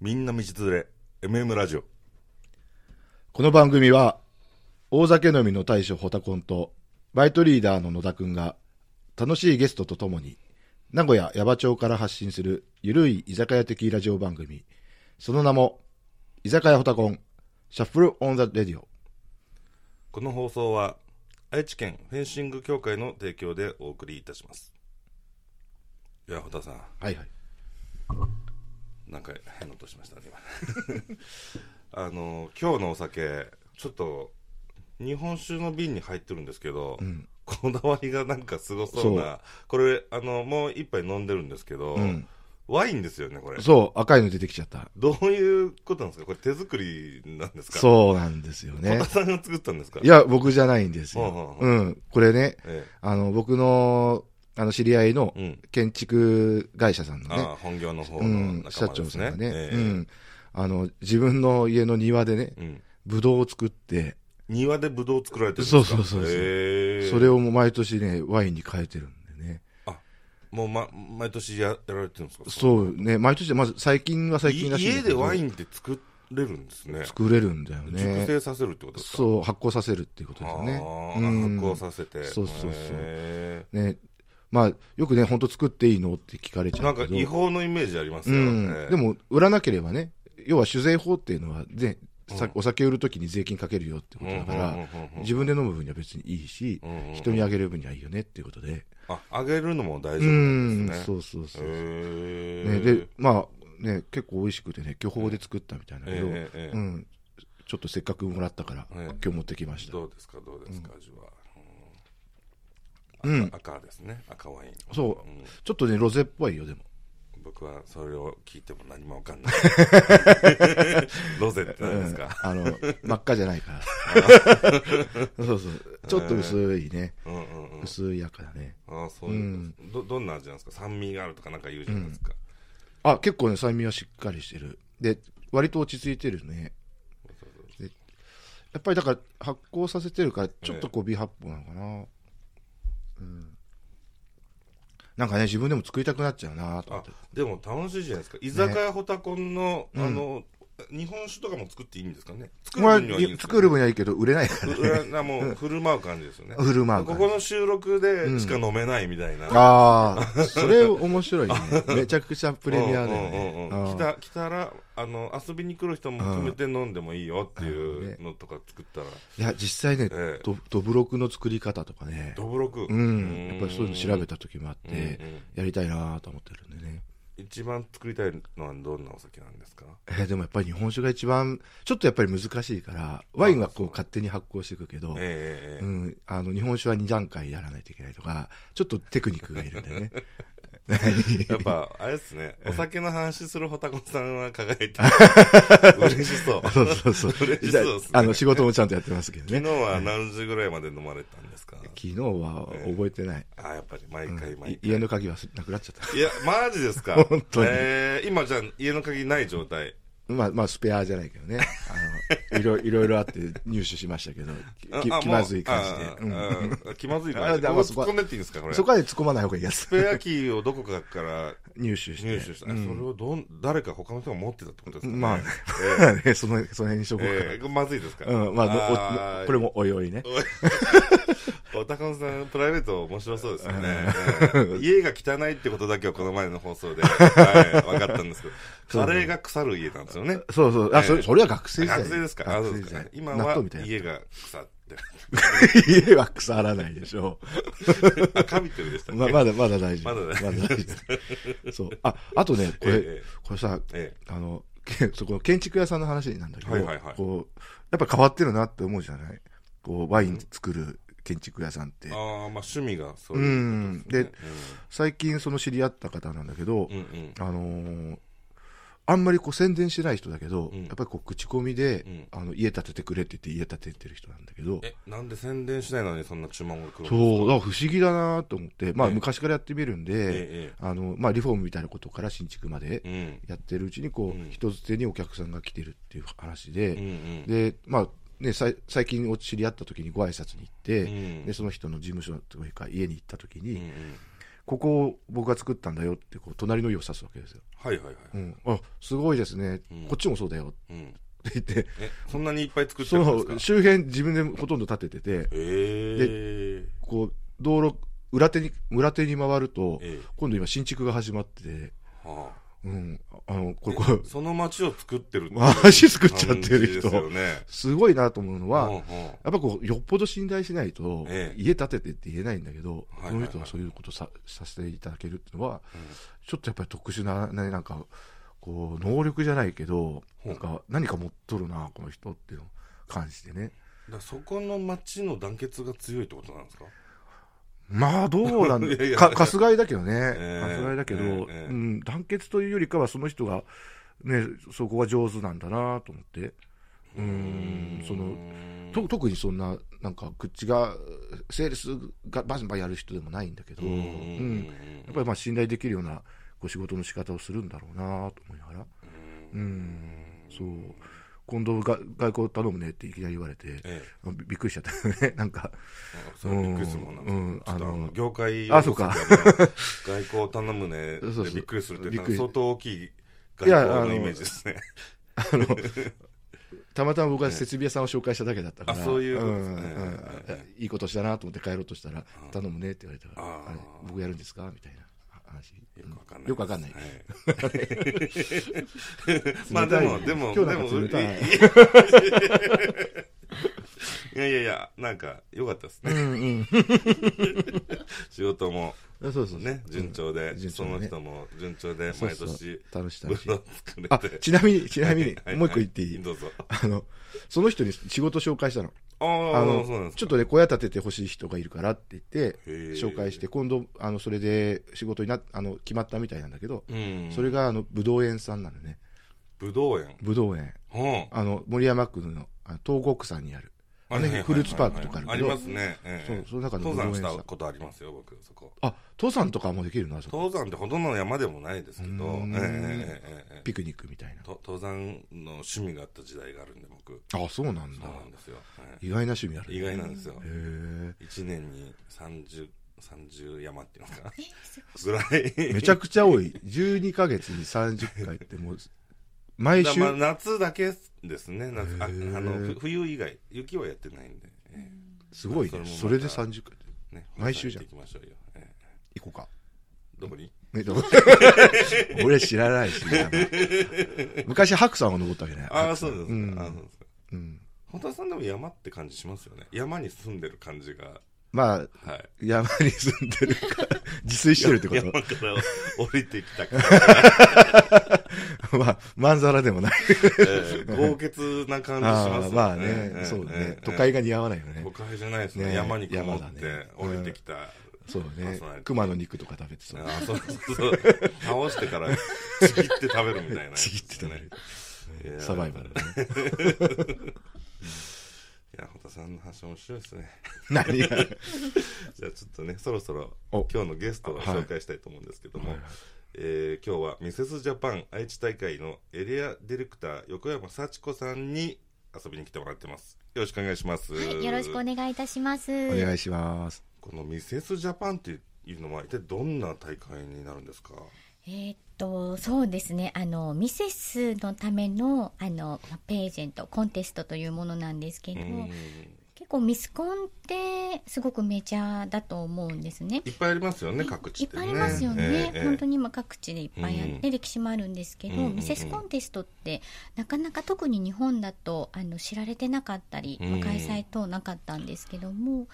みんな道連れ MM ラジオこの番組は、大酒飲みの大将ホタコンと、バイトリーダーの野田くんが、楽しいゲストとともに、名古屋矢場町から発信するゆるい居酒屋的ラジオ番組、その名も、居酒屋ホタコン、シャッフルオンザレディオ。この放送は愛知県フェンシング協会の提供でお送りいたしますいやホタさんはいはい。なんか変な音しましたね今 あの今日のお酒ちょっと日本酒の瓶に入ってるんですけど、うん。こだわりがなんかすごそうなこれあのもう一杯飲んでるんですけど、うん。ワインですよねこれそう、赤いの出てきちゃった。どういうことなんですかこれ手作りなんですかそうなんですようね 田。さんが作ったんですかいや、僕じゃないんですよ。ううん。これね、えあの、僕の、あの、知り合いのえ、うん建築会社さんのね、ああ本業の方うのん、仲社間で長すさんがね。ね、えうえん、あの自分の家の庭でね、うんぶどうを作って、庭でブドウ作られてるんですかそうそうそうそうへえそれをもう毎年ね、ワインに変えてるんでね、もう、ま、毎年ややられてるんですかそうね、毎年、まず最近は最近らしいんだ家けでどワインって作れるんですね。作れるんだよ熟ね、成させるってことですかそう、発酵させるっていうことですよね。ああうん発酵させて。そうそうそうへねまあ、よくね、本当作っていいのって聞かれえちゃなんうけかど、違法のイメージありますうよん、で、えも、売らなければね、要は酒税法っていうのは、ねさうんお酒売るときに税金かけるよってこえとだから、うんうんうんうん自分で飲む分には別にいいし、うんうんうん人にあげる分にはいいよねっていうことで。あ、あげるのも大う丈夫なんんですね。そうそうそう。へね、えで、まあ、ね、結構美味しくてね、巨峰で作ったみたいだけど、ええええうん、ちょっとせっかくもらったから、ええ今日持ってきました。どうですか、どうですか、味は。うん赤赤ですね、赤ワイン。そううんちょっとね、ロゼっぽいよ、でも。僕はそれを聞いても何もわかん ない。ロゼって何ですか、うん あの、真っ赤じゃないから。そうそう。ちょっと薄いね。うん、うんうんうん薄い赤だね。ああ、そういうことです、ど、どんな味なんですか酸味があるとかなんか言うじゃないですか。あ、結構ね、酸味はしっかりしてる。で、割と落ち着いてるね。でやっぱりだから、発酵させてるから、ちょっとこう微発泡なのかな。うん。なんかね、自分でも作りたくなっちゃうなと思あって。、でも楽しいじゃないですか。居酒屋ホタコンの、あの、日本酒とかも作っていいんですかね作るまあ分にはいいんですか作る分にはいいけど、売れな いからね。分には。もう振る舞う感じですよね。 振る舞う感こじこの収録でしか飲めないみたいな。ああ、それ面白いね。めちゃくちゃプレミアだよね。うんうんうんうんあ来ーた来たらあの遊びに来る人も含めて飲んでもいいよっていうのとか作ったら、いや、実際ねええ、どどぶろくの作り方とかね。どぶろく、うん。やっぱりそういうの調べて、た時もあっうんて、うんやりたいなと思ってるんでね。一番作りたいのはどんなお酒なんですかえーでもやっぱり日本酒が一番、ちょっとやっぱり難しいから、ワインはこう勝手に発酵していくけど、ええうええん、あの日本酒は2段階やらないといけないとか、ちょっとテクニックがいるんだよね。 やっぱあれですねお酒の話するホタコさんは輝い てる嬉しそうそうそうそう。嬉しそうですねあの仕事もちゃんとやってますけど昨日ね。は何時ぐらいまで飲まれたんですか昨日は覚えてない。あやっぱり毎回毎回、い家の鍵はなくなっちゃっいやマジですか 本当にええ今じゃあ家の鍵ない状態た。まあ、まあ、スペアじゃないけどね。あの、いろいろいろあって入手しましたけど、きあ気まずい感じあもうで。うんああ気まずいあ感じでで。こあこそ突こっ込んでっていいんですか、これ。そこはね、突っ込まない方がいいやつス。ペアキーをどこかから入手して。入手した。あそれをどん、誰か他の人が持ってたってことですかね。まあえね ねその、その辺にしえとこうかなええまずいですかうん、まあ、あおーおこれもおいおいね。おたかんさん、プライベート面白そうですよね。ええ家が汚いってことだけはこの前の放送で、はい、分かったんですけど、カレーが腐る家なんですよね。そうそう。あ、ええそれ、それは学生時代。学生ですかあそう学で生す時か代ね。。今納は豆みたいな。家が腐って家は腐らないでしょる。あ、カビてるでしたっけう。ま、まだ、まだ大丈ま夫。だ大丈夫大丈夫。そう。あ、あとね、これ、ええこれさ、えあの、け そこの建築屋さんの話なんだけど、はいはいはいこう、やっぱ変わってるなって思うじゃないこう、ワイン作る建築屋さんってえ。ああ、まあ趣味がそうういう。ん。で、最近その知り合った方なんだけど、うんうんあのーあんまりこう宣伝しない人だけど、うんやっぱりこう口コミで、うんあの、家建ててくれって言って家建ててる人なんだけど、えなんで宣伝しないのにそんな注文が来る、そうう、だから不思議だなと思って、まあええ昔からやってみるんで、えあの、まあリフォームみたいなことから新築までえうんやってるうちに、こう、うん人づてにお客さんが来てるっていう話で、うんうんで、まあ、ね、さい最近お知り合った時にご挨拶に行って、うんでその人の事務所というか家に行った時に、うんうんここを僕が作ったんだよってこう隣の家を指すわけですよ、はいはいはい。うん、あすごいですね、うんこっちもそうだようん。って言ってえ、そんなにいっぱい作ってそるんですのか周辺自分でほとんど建てててえー、こう道路裏手に裏手に回るとえー今度今新築が始まってて、はうん、あのあ、これこれえその街を作ってるっていう足作っちゃって感るじですよ人ね。すごいなと思うのは、うんうやんっぱこうよっぽど信頼しないと、ええ家建ててって言えないんだけはど、いはいこはいの人はそういうことささせていただけるっていうのは、ちょっとやっぱり特殊な、ね、なんかこう能力じゃないけど、ほうなんか何か持っとるなこの人っていうのを感じてねだからそこの町の団結が強いってことなんですかまあどうなん いやいやかかすがいだけどね、えかすがいだけど、ええうん、団結というよりかはその人が、ね、そこが上手なんだなと思ってうんそのと特にそんななんか口がセールスがバンバンやる人でもないんだけど、うんうんうんやっぱりまあ信頼できるようなこう仕事の仕方をするんだろうなと思いながら、うんうん、そう今度が外交頼むねっていきなり言われてええあびびっくりしちゃったよね なんかあそれびっくりするもんな、うんうんちょっとああのの業界あ そうか要素ってあの外交頼むねそうそうでびっくりするってびっなんくかり相当大きい外いや交のあのイメージですねあのたまたま僕は設備屋さんを紹介しただけだったから、あそういうことですねんうんえいいことしたなと思って帰ろうとしたらうん頼むねって言われたからあーあれ僕やるんですかみたいな話よくわかんない、よくわかんないはい まあでも冷たいでもで今日なんかも冷たいいやいやいやなんか良かったですね、うん仕事もうんそうそうね順調で、うん順そ調のね人も順調でそう毎そう年楽しいブロ 楽しいグ作れてあちなみにちなみにはいもう一個言っていいはどうぞあのその人に仕事紹介したのあああのそうなんですちょっとね小屋建ててほしい人がいるからって言ってへー紹介して今度あのそれで仕事になあの決まったみたいなんだけど、うんそれがあのブドウ園さんなのねぶどう園ブドウ園うんあの森山区のあの東国山にあるあの辺フルーツパークとかあるけどありますね。えそうえその中の登山ブしドウ園さたんことありますよ、僕、そこ。あ登山とかもできるなあそこ登山ってほとんどの山でもないですけど、えうーんえええええええピクニックみたいなと登山の趣味があった時代があるんで、僕。あそうなんそだうなんですよ。ええ意外な趣味ある意外なんですよ。へー一年に30、30山っていうのかな。ぐらい。めちゃくちゃ多い12ヶ月に30回ってもう毎週だからまあ夏だけですね、夏。ああへえの、ふ冬以外、雪はやってないんで。えすごいそねれもまたそれで30回えね、毎週じゃん行きましょうよ。ええ行 こうかどこにねどう俺知らないし、あんま昔白山を登ったわけねああ、そうですうんか。ああそうですか。うん、本田さんでも山って感じしますよね山に住んでる感じがまあはい山に住んでるから自炊してるってこ山から降りてきた から、とまあまんざらでもないえー豪傑な感じしますあよねあまあえねーそうえねー都会が似合わないよね都会じゃないですねね山にこもっ山だてね降りてきた、そうあねそうなんだ熊の肉とか食べてさあそうそうそう倒してからちぎって食べるみたいな、ちぎって食べるいやーサバイバ ルだねいや本田さんの話面白いですね何 がじゃあちょっとねそろそろお今日のゲストを紹介したいと思うんですけども、はいえー今日はミセスジャパン愛知大会のエリアディレクター横山幸子さんに遊びに来てもらってますよろしくお願いします、はい、よろしくお願いいたします。お願いしますこのミセスジャパンっていうのは一体どんな大会になるんですかえーっと、そうですね。あの、ミセスのための、あの、まページェント、コンテストというものなんですけうど、ん結構ミスコンってすごくメジャーだと思うんですね。いっぱいありますよね各地いっぱいありますよね、本当にに今各地でいっぱいあって、歴史もあるんですけうど、んうんうんミセスコンテストってなかなか特に日本だとあの知られてなかったり、うん開催等なかったんですけども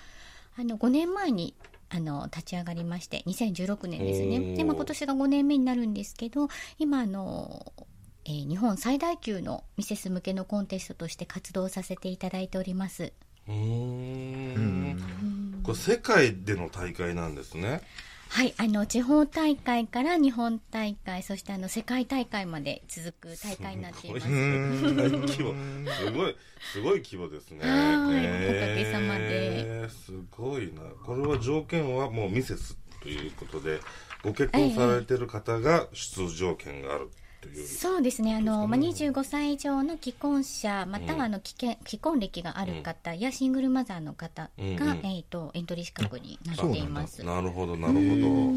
あの5年前にあの立ち上がりまして2016年ですおねーで、まあ、今年が5年目になるんですけど今あの、えー日本最大級のミセス向けのコンテストとして活動させていただいております。うーんうんうんこれ世界での大会なんですねはい、あの地方大会から日本大会、そしてあの世界大会まで続く大会になっています。すごはい、大規模すごいすごい規模ですね。はいえーおかげすごいな。これは条件はもうミセスということで、ご結婚されてる方が出場権があるってという。そうですね、あのまあ、どうです25歳以上の既婚者、またはあの既婚既婚歴がある方やシングルマザーの方が、うんうんえー、とエントリー資格になっています。なるほど、なる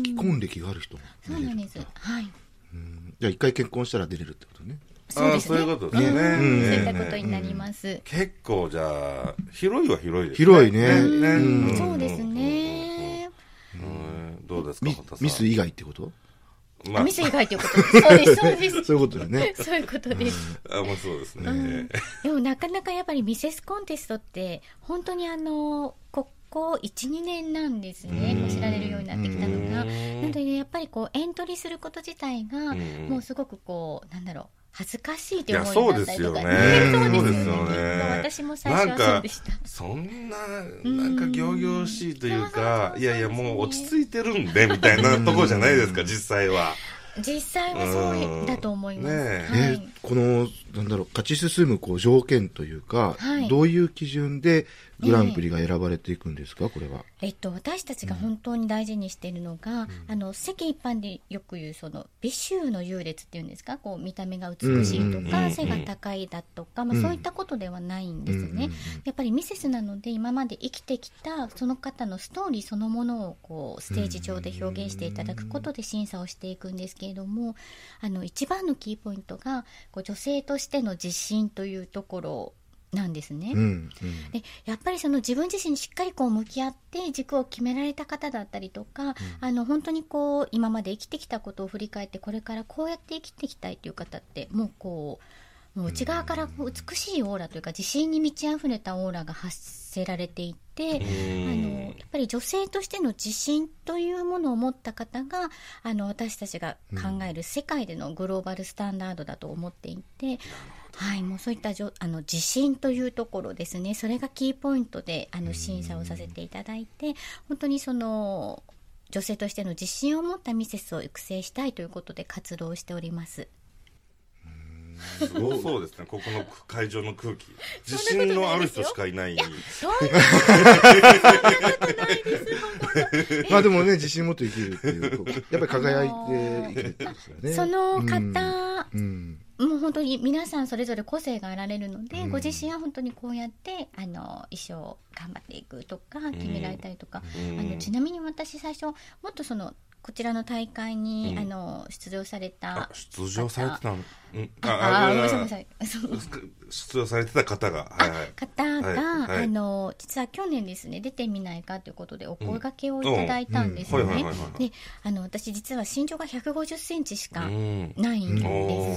既婚歴がある人もそうなんです、はい、うんじゃあ一回結婚したら出れるってことねほそど。うあであ、すそうね。いうことですね。うんねそういったことになります。結構じゃあ、広いは広いですね。広いねねうんねそうですね。うんどうですか、ミ堀田さんミス以外ってことまあミ、ス以外ということです。そうです、そ うそういうことだねです。そういうことです。あまあそうですね。うんでもなかなかやっぱりミセスコンテストって、本当にあの、ここ1、2年なんですね。うん知られるようになってきたのが。うんなので、やっぱりこう、エントリーすること自体が、んもうすごくこう、なんだろう。恥ずかしいといいうや、思いそうになでったすりとよかね。そうね。ですきよっとね。私も最初はそうでした。そんな、んなんか行々しいというかそうそうそう、いやいや、もう落ち着いてるんで、みたいなとこじゃないですか、実際は。実際はそうだと思います。うんねえはいえこのなんだろう勝ち進むこう条件というか、はいどういう基準でグランプリが選ばれていくんですか、これは。えっと、私たちが本当に大事にしているのが、あの世間一般でよく言うその美醜の優劣っていうんですかこう見た目が美しいとうんうんうか、ん背が高いだとか、まあうんそういったことではないんですね、うんうんうんやっぱりミセスなので今まで生きてきたその方のストーリーそのものをこうステージ上で表現していただくことで審査をしていくんですけれどもあの一番のキーポイントがこう女性としての自信というところなんですね。うんでやっぱりその自分自身にしっかりこう向き合って軸を決められた方だったりとか、あの本当にこう今まで生きてきたことを振り返ってこれからこうやって生きていきたいという方ってもうこうもう内側からこう美しいオーラというか自信に満ち溢れたオーラが発せられていて。あのやっぱり女性としての自信というものを持った方があの私たちが考える世界でのグローバルスタンダードだと思っていて、はい、もうそういったじょあの自信というところですねそれがキーポイントであの審査をさせていただいて本当にその女性としての自信を持ったミセスを育成したいということで活動をしております。すごいそうですね、ここの会場の空気。自信のある人しかいない。どういう うん まあでもね自信持って生きるっていうこ うやっぱり輝いて生きるってことだね。その方、うんもう本当に皆さんそれぞれ個性があられるので、ご自身は本当にこうやってあの衣装を頑張っていくとか決められたりとか、うんあのちなみに私最初もっとそのこちらの大会に、うんあの出場されあた、出場されてたの。うんああごめんなさいごめんあなさいそう出場されてた方が。はいはい。方が、はいはいあの実は去年ですね出てみないかということでお声掛けをいただいたんですようんうんはいはねいはいはい。であの私実は身長が150センチしかうんないんです、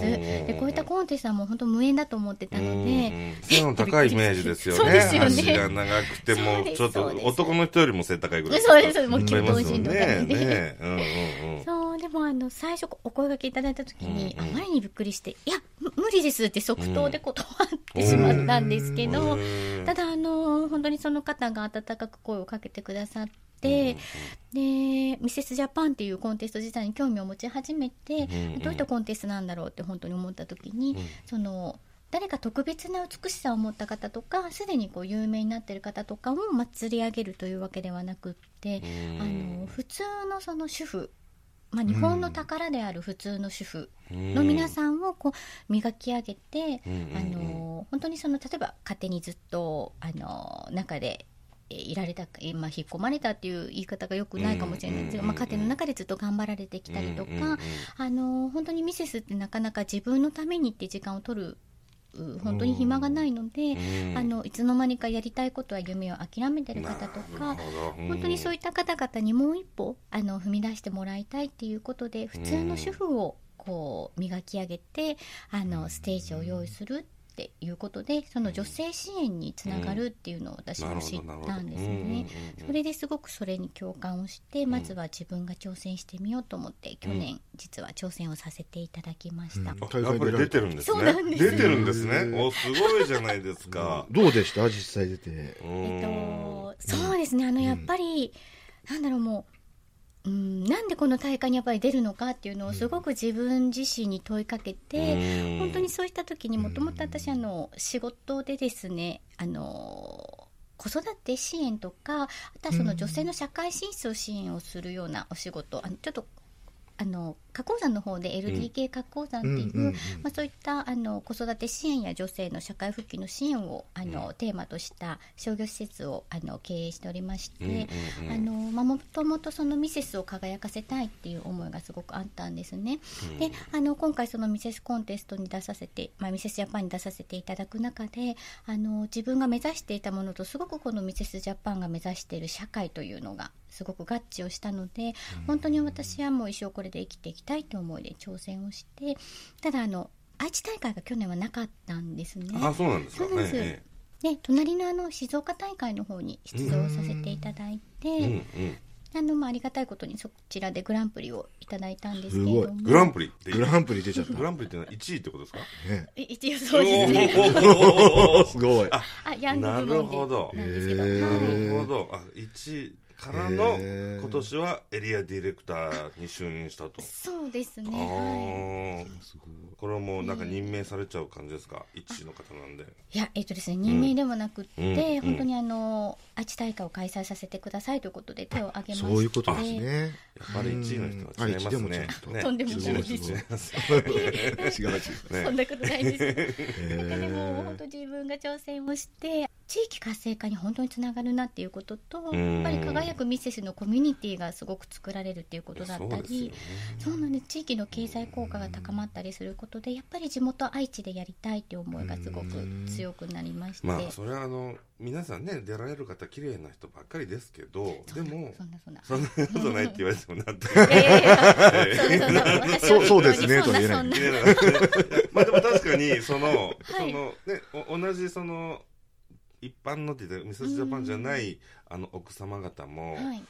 うんでこういったコンテストはもう本当無縁だと思ってたので、背の高いイメージですよね。 そうですよね足が長くてそもうで、すちょっとそうです男の人よりも背高いぐらい。そうですそうですもういっぱいいますよ給湯人とかねねねえうんうんうん。 そうでもあの最初お声掛けいただいた時に、うんうんあまりにびっくりして「いやむ無理です」って即答で断ってしまったんですけど、うんただあの本当にその方が温かく声をかけてくださって。でミセスジャパンっていうコンテスト自体に興味を持ち始めて、うんうんどういったコンテストなんだろうって本当に思った時に、うんその誰か特別な美しさを持った方とかすでにこう有名になってる方とかを祭り上げるというわけではなくって、うんあの普通のその主婦、まあ、日本の宝である普通の主婦の皆さんをこう磨き上げて、うんあうんうんの本当にその例えば家庭にずっとあの中でえいられた、えまあ、引っ込まれたっていう言い方がよくないかもしれないんですが、うんうんうんまあ、家庭の中でずっと頑張られてきたりとか、うんうんうんあの本当にミセスってなかなか自分のためにって時間を取るう本当に暇がないので、うんあのいつの間にかやりたいことは夢を諦めてる方となかるほど本当にそういった方々にもう一歩あの踏み出してもらいたいっていうことで普通の主婦をこう磨き上げてあのステージを用意するっていうことでその女性支援につながるっていうのを私も知ったんですね。それですごくそれに共感をしてまずは自分が挑戦してみようと思って去年実は挑戦をさせていただきました。あやっぱり出てるんですそね。うなんです出てるんですねう。んお、すごいじゃないですか。どうでした実際出て。えっうんと、そうですね、あの、やっぱり、なんだろう、もう、うん、なんでこの大会にやっぱり出るのかっていうのをすごく自分自身に問いかけて、うん本当にそうした時にもともと私、あの、仕事でですね、あの、子育て支援とか、あとはその女性の社会進出を支援をするようなお仕事、あのちょっとあの花崗山の方で LDK 花崗山っていう、うんうんうんまあ、そういったあの子育て支援や女性の社会復帰の支援をあの、テーマとした商業施設をあの経営しておりまして、うんうんうんあのまあ、もともとそのミセスを輝かせたいっていう思いがすごくあったんですね。であの今回そのミセスコンテストに出させて、まあ、ミセスジャパンに出させていただく中であの自分が目指していたものとすごくこのミセスジャパンが目指している社会というのがすごく合致をしたので本当に私はもう一生これで生きていきたいという思いで挑戦をしてただあの愛知大会が去年はなかったんですね。あ、そうなんですか。そうですえで隣のあの静岡大会の方に出場させていただいて、えええうんうんあのまあありがたいことにそちらでグランプリをいただいたんですけれどもグランプリってグランプリ出ちゃった。グランプリってのは1位ってことですかね、え一応そうですねおーすごい。ああヤングな部る門でほど。なんですけど、へーはいなるほど。あ、1位からの、へー今年はエリアディレクターに就任したと。そうですあね、はーこれはもうなんか任命されちゃう感じですか1位の方なんで。い、いやえっ、とですね任命でもなくって、うんうん本当にあの愛知大会を開催させてくださいということで手を挙げましてそういうこと ですね。やっぱり1位の人は違いますね。うんねとんでもないで一す位の人は違いますね違う違う。そんなことないですけどなんかでもえ本当自分が挑戦をして地域活性化に本当につながるなっていうこととんやっぱり輝くミセスのコミュニティがすごく作られるっていうことだっそうたですよりね。そうなんです地域の経済効果が高まったりすることでやっぱり地元愛知でやりたいっていう思いがすごく強くなりまして、まあ、それはあの、皆さんね、出られる方、綺麗な人ばっかりですけど、でもそ、んなそんなそんなことないって言われてもなって。い やいやいやそんなそんなそうそうですねそんなそんな綺麗な感じでまあでも確か に、その、はいその、ね、お同じその、一般のって言ったら、ミスジャパンじゃない、あの、奥様方も、はい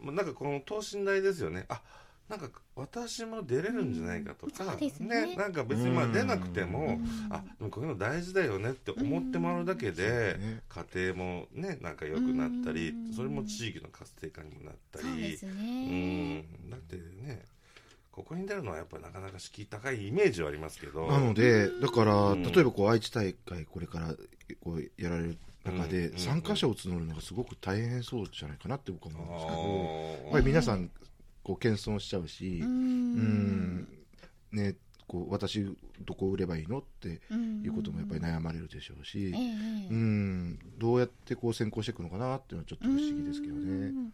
もうなんかこの等身大ですよね。あ、なんか私も出れるんじゃないかとか、うんそうですねなんか別にまあ出なくてうも、んあ、でもこういうの大事だよねって思ってもらうだけで、うん家庭もね、なんか良くなったり、うんそれも地域の活性化にもなったり、そうですうねんだってねここに出るのはやっぱりなかなか敷居高いイメージはありますけどなので、だから、うん例えばこう愛知大会これからこうやられる中うでん参加者を募るのがすごく大変そうじゃないかなって僕は思うんですけど、あやっぱーり皆さんこう謙遜しちゃうし、ううんね、こう私どこ売ればいいのってうんいうこともやっぱり悩まれるでしょうしええ、えうえん、どうやってこう先行していくのかなっていうのはちょっと不思議ですけどうね。ん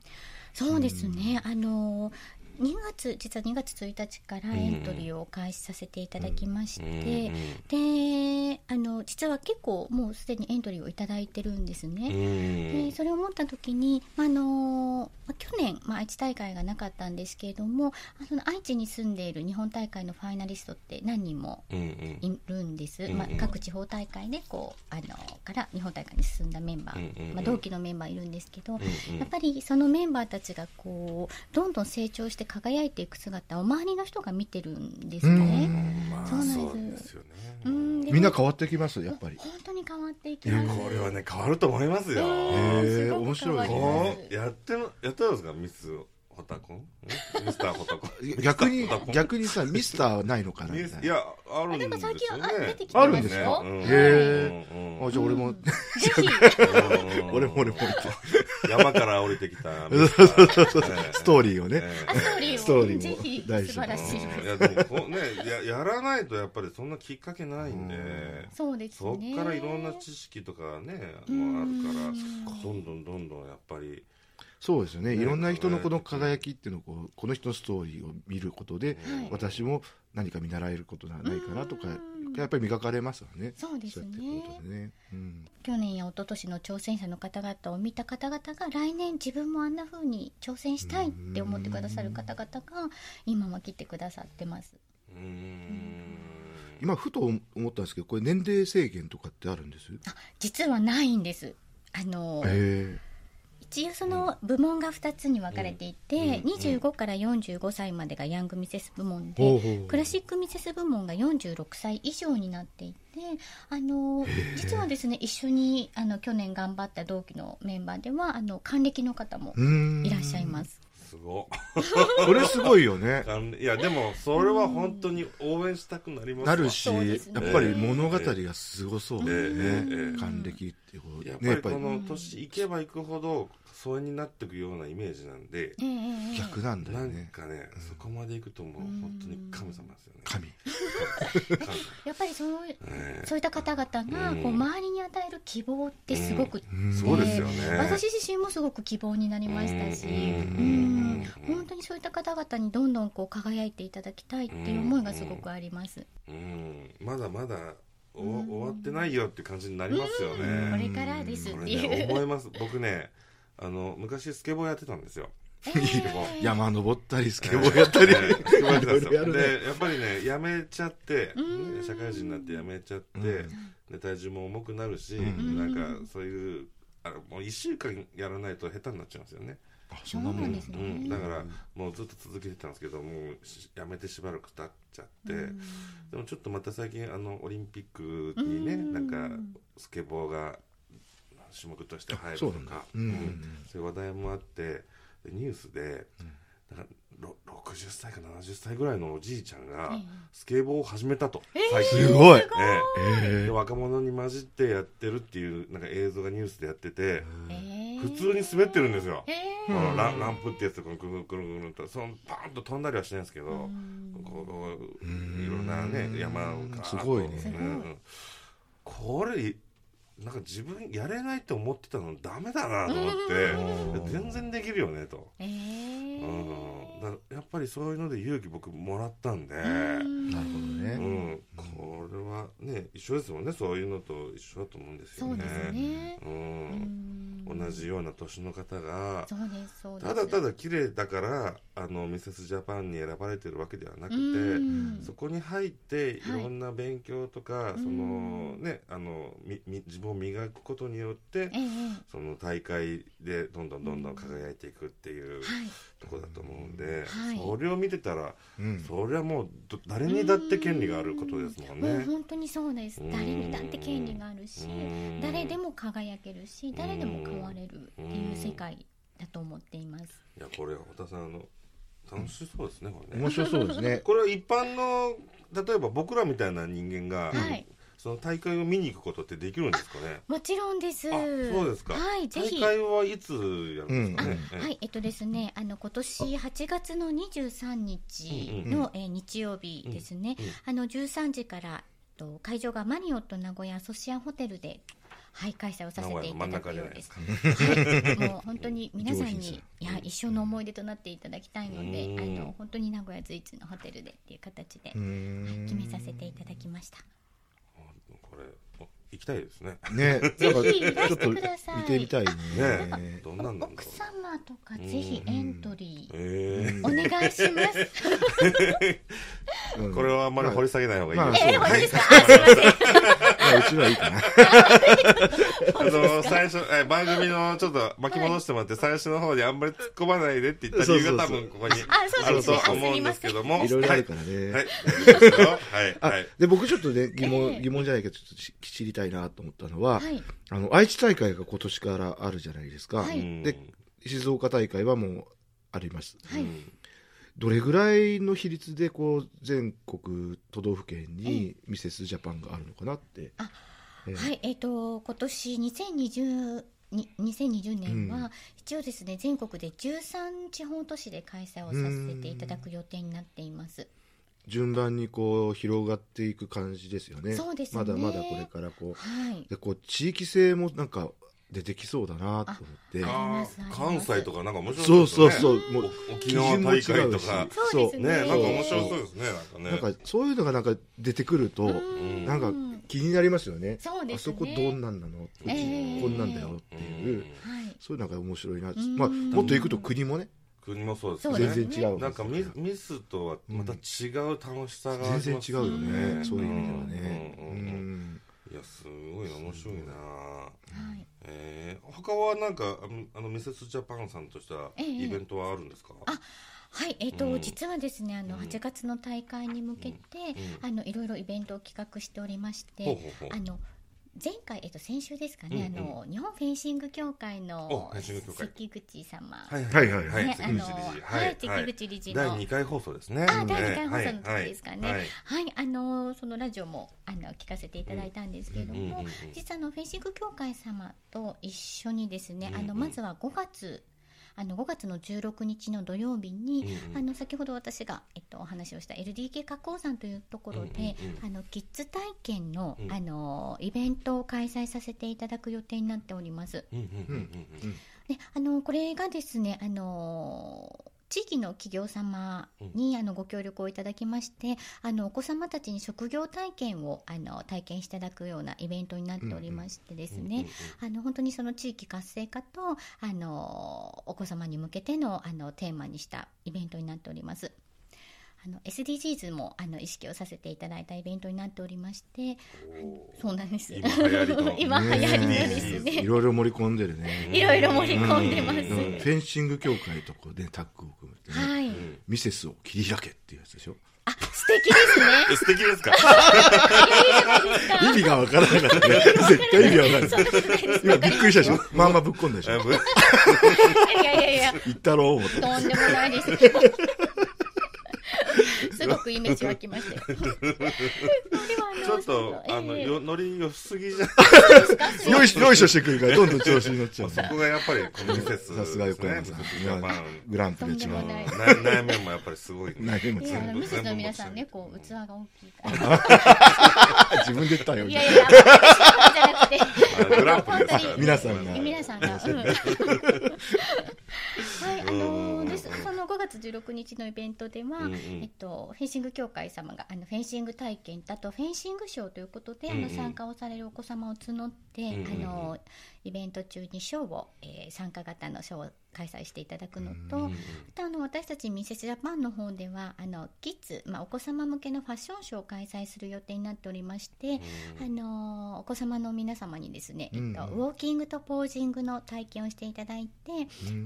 そうですね、あの2月実は2月1日からエントリーを開始させていただきまして、であの実は結構もうすでにエントリーをいただいてるんですうんね、うんでそれを思った時に、まああのまあ去年、まあ、愛知大会がなかったんですけれどもあその愛知に住んでいる日本大会のファイナリストって何人もうんうんいるんです、うんまあ、各地方大会でこうあのから日本大会に進んだメンバー、うんうんうんまあ、同期のメンバーいるんですけど、うんうんやっぱりそのメンバーたちがこうどんどん成長して輝いていく姿を周りの人が見てるんですうね。んまあそうなんですそうですよねうん、でみんな変わってきますやっぱり。本当に変わっていきいやます。これはね変わると思いますよへーすごく変わりまこすうやってもやったんですかミスホタコンんミスターホタコン逆にミスターホタコン逆にさミスターはないのかなみミたいス。ないやあるんあでですも最よ近ねあ出てきてあまるんすですよか。うんへうんあじゃあ俺も、ぜひうんうん俺も 俺も山から降りてき たミスターストーリーをね、ええあストーリー をストーリーもぜひ大事素晴らしいですうんいやでもこうねややらないとやっぱりそんなきっかけないんで、うんそうですそね。っからいろんな知識とかねうんもうあるからどんどんどんどんやっぱりそうですよねねいろんな人のこの輝きっていうのをこうこの人のストーリーを見ることで、はい私も何か見習えることがないかなとか、うんやっぱり磨かれますわねそうですねそうやっていくことでね、うん、去年や一昨年の挑戦者の方々を見た方々が来年自分もあんな風に挑戦したいって思ってくださる方々が今は来てくださってます。うーん今ふと思ったんですけどこれ年齢制限とかってあるんですあ実はないんです。あのえ一応その部門が2つに分かれていて、うん25から45歳までがヤングミセス部門えで、ほうクラシックミセス部門が46歳以上になっていてあの実はですね一緒にあの去年頑張った同期のメンバーではあの還暦の方もうーんいらっしゃいます。すごっこれすごいよね。感いやでもそれは本当に応援したくなりますわなるし、そうですやねっぱり物語がすごそうだよね。ええええ還暦っていうことやっね、やぱりっぱりこの年いけばいくほど疎遠になっていくようなイメージなんでええええええ逆なんだよなんね。かねそこまでいくともう本当に神様ですよね神。神様やっぱりそのえそういった方々がこううん周りに与える希望ってすごく、うんそうですよね私自身もすごく希望になりましたし、ううんん本当にそういった方々にどんどんこう輝いていただきたいっていう思いがすごくあります。えうんまだまだお終わってないよって感じになりますよこねれからですっこてれいねう。思います僕ねあの昔スケボーやってたんですよええ山登ったり、スケボーやったり。えースケボーやってたんです いろいろやよるねでやっぱりねやめちゃってうんね社会人になってやめちゃってうんで体重も重くなるしうんなんかそういうあのもう1週間やらないと下手になっちゃうんですよねあそうなんですうね。んだからもうずっと続けてたんですけどもうしやめてしばらく経っちゃってうんでもちょっとまた最近あのオリンピックにねうんなんかスケボーが種目として入るそとうなんだか。うんうんそういう話題もあってでニュースで、なんかろ60歳か70歳ぐらいのおじいちゃんがええスケボーを始めたと、すごい。えええで若者に混じってやってるっていうなんか映像がニュースでやってて、ええ普通に滑ってるんですよ、えこえのランランプってやつでこのぐるぐるぐるぐるとそのパーンと飛んだりはしないんですけど、うんこううんいろんなね山をガーッとすごいねすごいうんこれなんか自分やれないと思ってたのダメだなと思っうんて全然できるよねと、えうえん、だからやっぱりそういうので勇気僕もらったんで、えなるほどうね。ん、これはね一緒ですもんねそういうのと一緒だと思うんですよそうねですね。う、うんん同じような年の方がそうですそうですただただ綺麗だからあのミセスジャパンに選ばれてるわけではなくて、うんそこに入っていはいろんな勉強とか、んそのねあのみみ自分を磨くことによってええええその大会でどんどんどんどん輝いていくっていうはいところだと思うんで、はいそれを見てたら、うんそれはもうど誰にだって権利があることですもんもうね。本当にそうですうん誰にだって権利があるしうん誰でも輝けるし誰でも変われるっていう世界だと思っていますいやこれ太田さんあの楽しそうですねこれね面白そうですね。これは一般の例えば僕らみたいな人間が、はいその大会を見に行くことってできるんですかねもちろんですあそうですか、はいぜひ大会はいつやるんですかね、あはい、えっとですね、あの今年8月の23日うんうんの、えー日曜日ですね、うんうんあの13時から、えっと、会場がマリオット名古屋ソシアホテルで、はい、開催をさせていただくようです。はい、 もう本当に皆さん上品に、いや、一生の思い出となっていただきたいので、うんあの本当に名古屋随一のホテルでっていう形でうーん決めさせていただきました。これあ行きたいですねね、なんかぜひいらちょしっとて見くださいてみたいねね。どんなんなんだ奥ろう様とかぜひエントリーえお願いします。うんー、これはあんまり掘り下げない方がいい まあよ、そうえ、本当ねですかあすいません。まあうちはい いかな。あの最初え番組のちょっと巻き戻してもらって、最初の方であんまり突っ込まないでって言った理由が多分ここにあそうあでるすとねあ思うんですけどもいろいろあるからはいね。はいはいあ、で、僕ちょっとね、疑え問、え疑問じゃないけど、ちょっとし知りたいなと思ったのは、はい。あの、愛知大会が今年からあるじゃないですかは。いうんで静岡大会はもうあります。はいうんどれぐらいの比率で、こう、全国都道府県にミセスジャパンがあるのかなって。あええはい、えっ、と、今年2020に2020年うんは一応ですね、全国で13地方都市で開催をさせていただく予定になっています。順番にこう、広がっていく感じですよね。そうですまねだまだこれからこう、はい。でこう地域性もなんか出てきそうだなとあ思あっますあーります関西とかなんか面て白そうそうですそよねうもうお沖縄大会とかそうですねねなんか面白そううですねななんかねんかそういうのがなんか出てくるとうんなんか気になりますよねそうあですそね。こどんなんなのこっえちえこんなんだよっていうはい。そういうのが面白いなうんまあもっと行くと国もね国もそうですそうねですね全然違うなんかミミスとはまた違う楽しさがありま全す然違うよねんそういう意味ではねううんうんうんんいやすごい面白いなはい。えー他はなんかあのあのミセスジャパンさんとしたええイベントはあるんですかあはい、えっ、と、うん実はですね、あのうん8月の大会に向けて、うんあのいろいろイベントを企画しておりまして、ほうほうほうあの。前回、えっと、先週ですかね、うんうんあの日本フェンシング協会のおフェンシング協会関口様、いはいはいはいねあ関の口理事はい関口理事の第二回放送ですね。あね第二回放送の時ですかねはいはいはい、あのそのラジオもあの聞かせていただいたんですけれども、うんうんうん実はあのフェンシング協会様と一緒にですね、あうんうのんまずは5月あの5月の16日の土曜日に、うんうんあの先ほど私が、えっと、お話をした LDK 加工山というところで、うんうんうんあのキッズ体験の,、うんあのイベントを開催させていただく予定になっております。うんうんうんうんうんであのこれがですねあの地域の企業様にあのご協力をいただきまして、あのお子様たちに職業体験をあの体験していただくようなイベントになっておりましてですね、あの本当にその地域活性化とあのお子様に向けてのあのテーマにしたイベントになっております。あの SDGs もあの意識をさせていただいたイベントになっておりまして、そうなんです。今流行りの 今流行りのですいね。ろいろ盛り込んでるね。いろいろ盛り込んでます。うんフェンシング協会とこうね、タッグを組むってね、はい。ミセスを切り開けっていうやつでしょ。あ、素敵ですね。え素敵ですか。意味がわからなか ったね。絶対意味わからない。今びっくりしたでしょ。まあまあぶっこんだでしょ。いやいやいや、行ったろう思って。とんでもないです。すごくイメージ湧きましたよ。ではあのちょっとあのええよノリ良すぎじゃない。よいしょ、よいしょしてくるから、どんどん調子に乗っちゃう。そこがやっぱりこの季節さすが横山ですさねん。ジャパングランプリが一とんでも番ない悩悩みもやっぱりすごい、ね。悩むいや、あの、やミセスの皆さんね、こう、器が大きいから。つ。自分で言ったよ。いやいや、じゃなくて、あグランプリですから、あ皆さんが皆さんが、うん。はい、あのーです、その5月16日のイベントでは、うんうんえっと、フェンシング協会様があのフェンシング体験だとフェンシング賞ということで、うんうんあの参加をされるお子様を募って、んうんうんあのイベント中に賞を、えー参加型の賞を開催していただくのと、うんうんまたあの私たちミセスジャパンの方ではあのキッズ、まあ、お子様向けのファッションショーを開催する予定になっておりまして、あのーお子様の皆様にですね、えっと、ウォーキングとポージングの体験をしていただいて、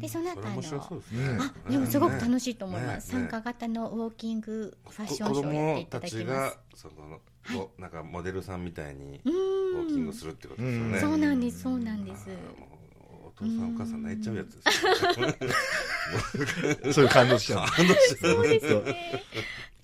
でそのこ後れあの面白そうですね。あでもすごく楽しいと思います、ねね参加型のウォーキングファッションこシ子ョー供をやっていたただきちまがすその、おなんかモデルさんみたいにうウォーキンーグんするってことですよるね。そうなんですそうなんですお父さんお母さん泣いちゃうやつですね。そういう感動しちゃう。感動しちゃそうですね。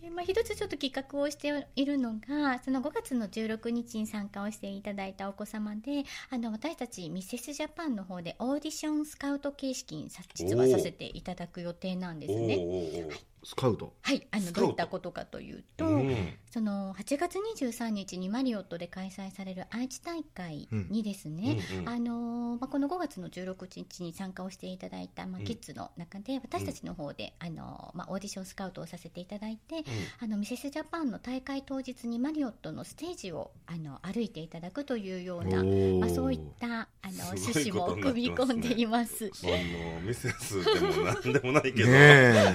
でまあ、一つちょっと企画をしているのが、その5月の16日に参加をしていただいたお子様で、あの、私たちミセスジャパンの方でオーディションスカウト形式にさ実はおーさせていただく予定なんですおね。ーおースカウト。はい、あの、スカウトどういったことかというと、おーうんその8月23日にマリオットで開催される愛知大会にですね、うんうんうんあのーまあ、この5月の16日に参加をしていただいた、まあ、うんキッズの中で私たちの方で、あのーまあ、オーディションスカウトをさせていただいて、あのミセスジャパンの大会当日にマリオットのステージをあの歩いていただくというような、おーまあ、そういったあのすご趣い旨こもとになってますね組み込んでいます。そのミセスでもなんでもないけど、ねえ。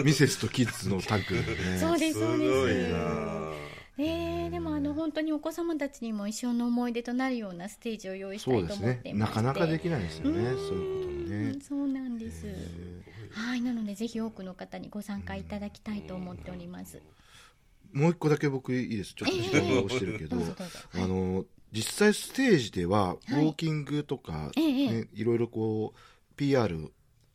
ミセスとキッズのタッグだそよね。うですすそうごいですな。ねえでもあの本当にお子様たちにも一生の思い出となるようなステージを用意したそういでとす思っねて。いなましてかなかできないですよね。うそういうことんもねうん。そうなんです、えはいなのでぜひ多くの方にご参加いただきたいと思っております、ーもう一個だけ僕いいです。ちょっと時間が落ちてるけどどうぞ。どうぞあの、実際ステージでは、ウォーキングとか、えええね、いろいろこう、PR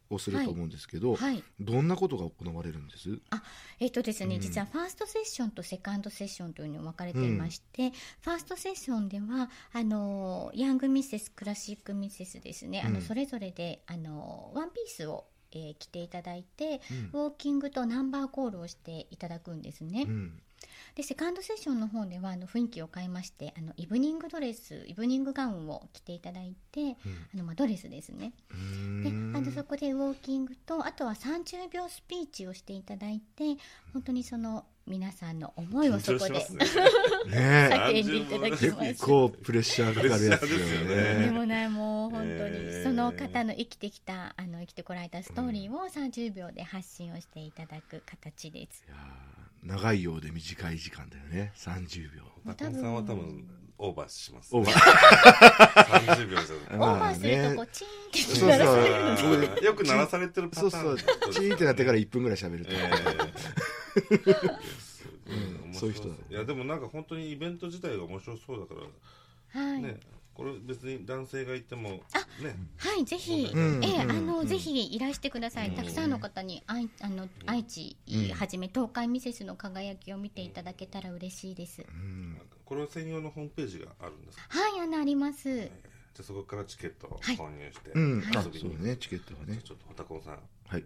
をすると思うんですけど、はいどんなことが行われるんですあえっとですね、実はファーストセッションとセカンドセッションというのに分かれていまして、ファーストセッションではあのヤングミセスクラシックミセスですね、あうのんそれぞれであのワンピースを、えー着ていただいて、ウォーキングとナンバーコールをしていただくんですね、うん。でセカンドセッションの方ではあの雰囲気を変えましてあのイブニングドレスイブニングガウンを着ていただいて、あのまあ、ドレスですねうであんのそこでウォーキングとあとは30秒スピーチをしていただいて本当にその皆さんの思いを緊そ張こしまですね。ねえ。叫んでいただき結ます。と構プレッシャーかかるや つだよプレッシャーですんよでね。もないもう本当に、えーその方の生きてきたあの生きてこられたストーリーを30秒で発信をしていただく形です。いやー長いようで短い時間だよね。30秒。タコさんは多分オーバーし ます。オーバー。三十秒じゃまあオーバーするとこうチーンってそうそうない。よく鳴らされてるパタそーうン。そう。チーンってなってから1分ぐらい喋ると。ええいやすごい面白そういう人だいやでもなんか本当にイベント自体が面白そうだからはい、ね、これ別に男性がいても、ね、はい、ぜひ、うんええうんあの、ぜひいらしてください。うんたくさんの方に、愛あの愛知うんはじめ東海ミセスの輝きを見ていただけたら嬉しいでうす。んこれ専用のホームページがあるんですかはい、あのあります。じゃあそこからチケットをはい購入して、うん、あそ遊びに行うねチケットがじゃねあちょっとホタコンさんはい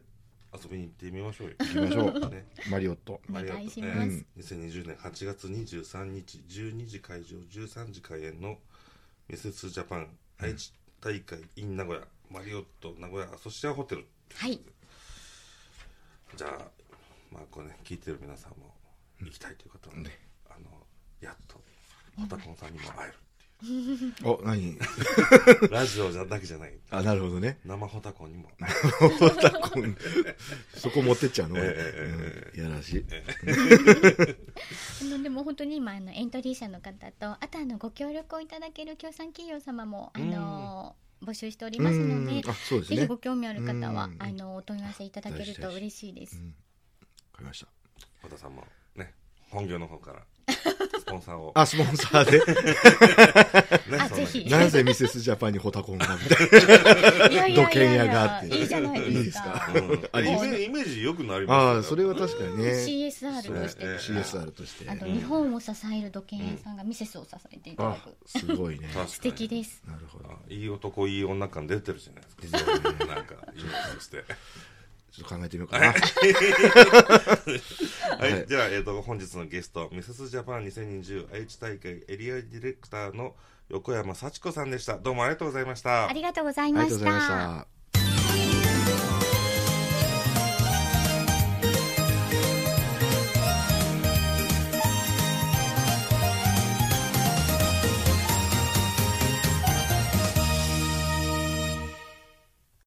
遊びに行ってみましょうよ行きましょうねマリオットお願いしまあすりがとうね2020年8月23日12時会場13時開演のミセスジャパン愛知大会 in 名古屋マリオット名古屋アソシアホテルはい、じゃあまあこれね聞いてる皆さんも行きたいということなんで、あのやっとホタコンさんにも会えるおっ何 ていうラジオじゃだけじゃないあなるほどね生ホタコンにもそこ持ってっちゃうの、俺えうん、いやらしい、あのでも本当に今あのエントリー者の方とあとあのご協力をいただける協賛企業様もあの募集しておりますのでうんあそうですねぜひご興味ある方はうんあのお問い合わせいただけると嬉しいです。わかりましたホタさんもね本業の方からスポンサーをあスポンサーで ねあそんなぜひなぜミセスジャパンにホタコンがみたいいやい土やいや建い屋があっやていいじゃないいいでですすか。かうんあイりメですージイメージ良くなりなあまあすそれは確かにね CSR としてそうね CSR としてあと日本を支える土建屋さんがミセスを支えていただあく、すごいね素敵ですなるほどあいい男いい女感出てるじゃないですかそういうなんかイメージとしてちょっと考えてみようかなはい、はいじゃあ、えー、と本日のゲストミセスジャパン2020愛知大会エリアディレクターの横山幸子さんでしたどうもありがとうございましたありがとうございあまりがとうしございましたた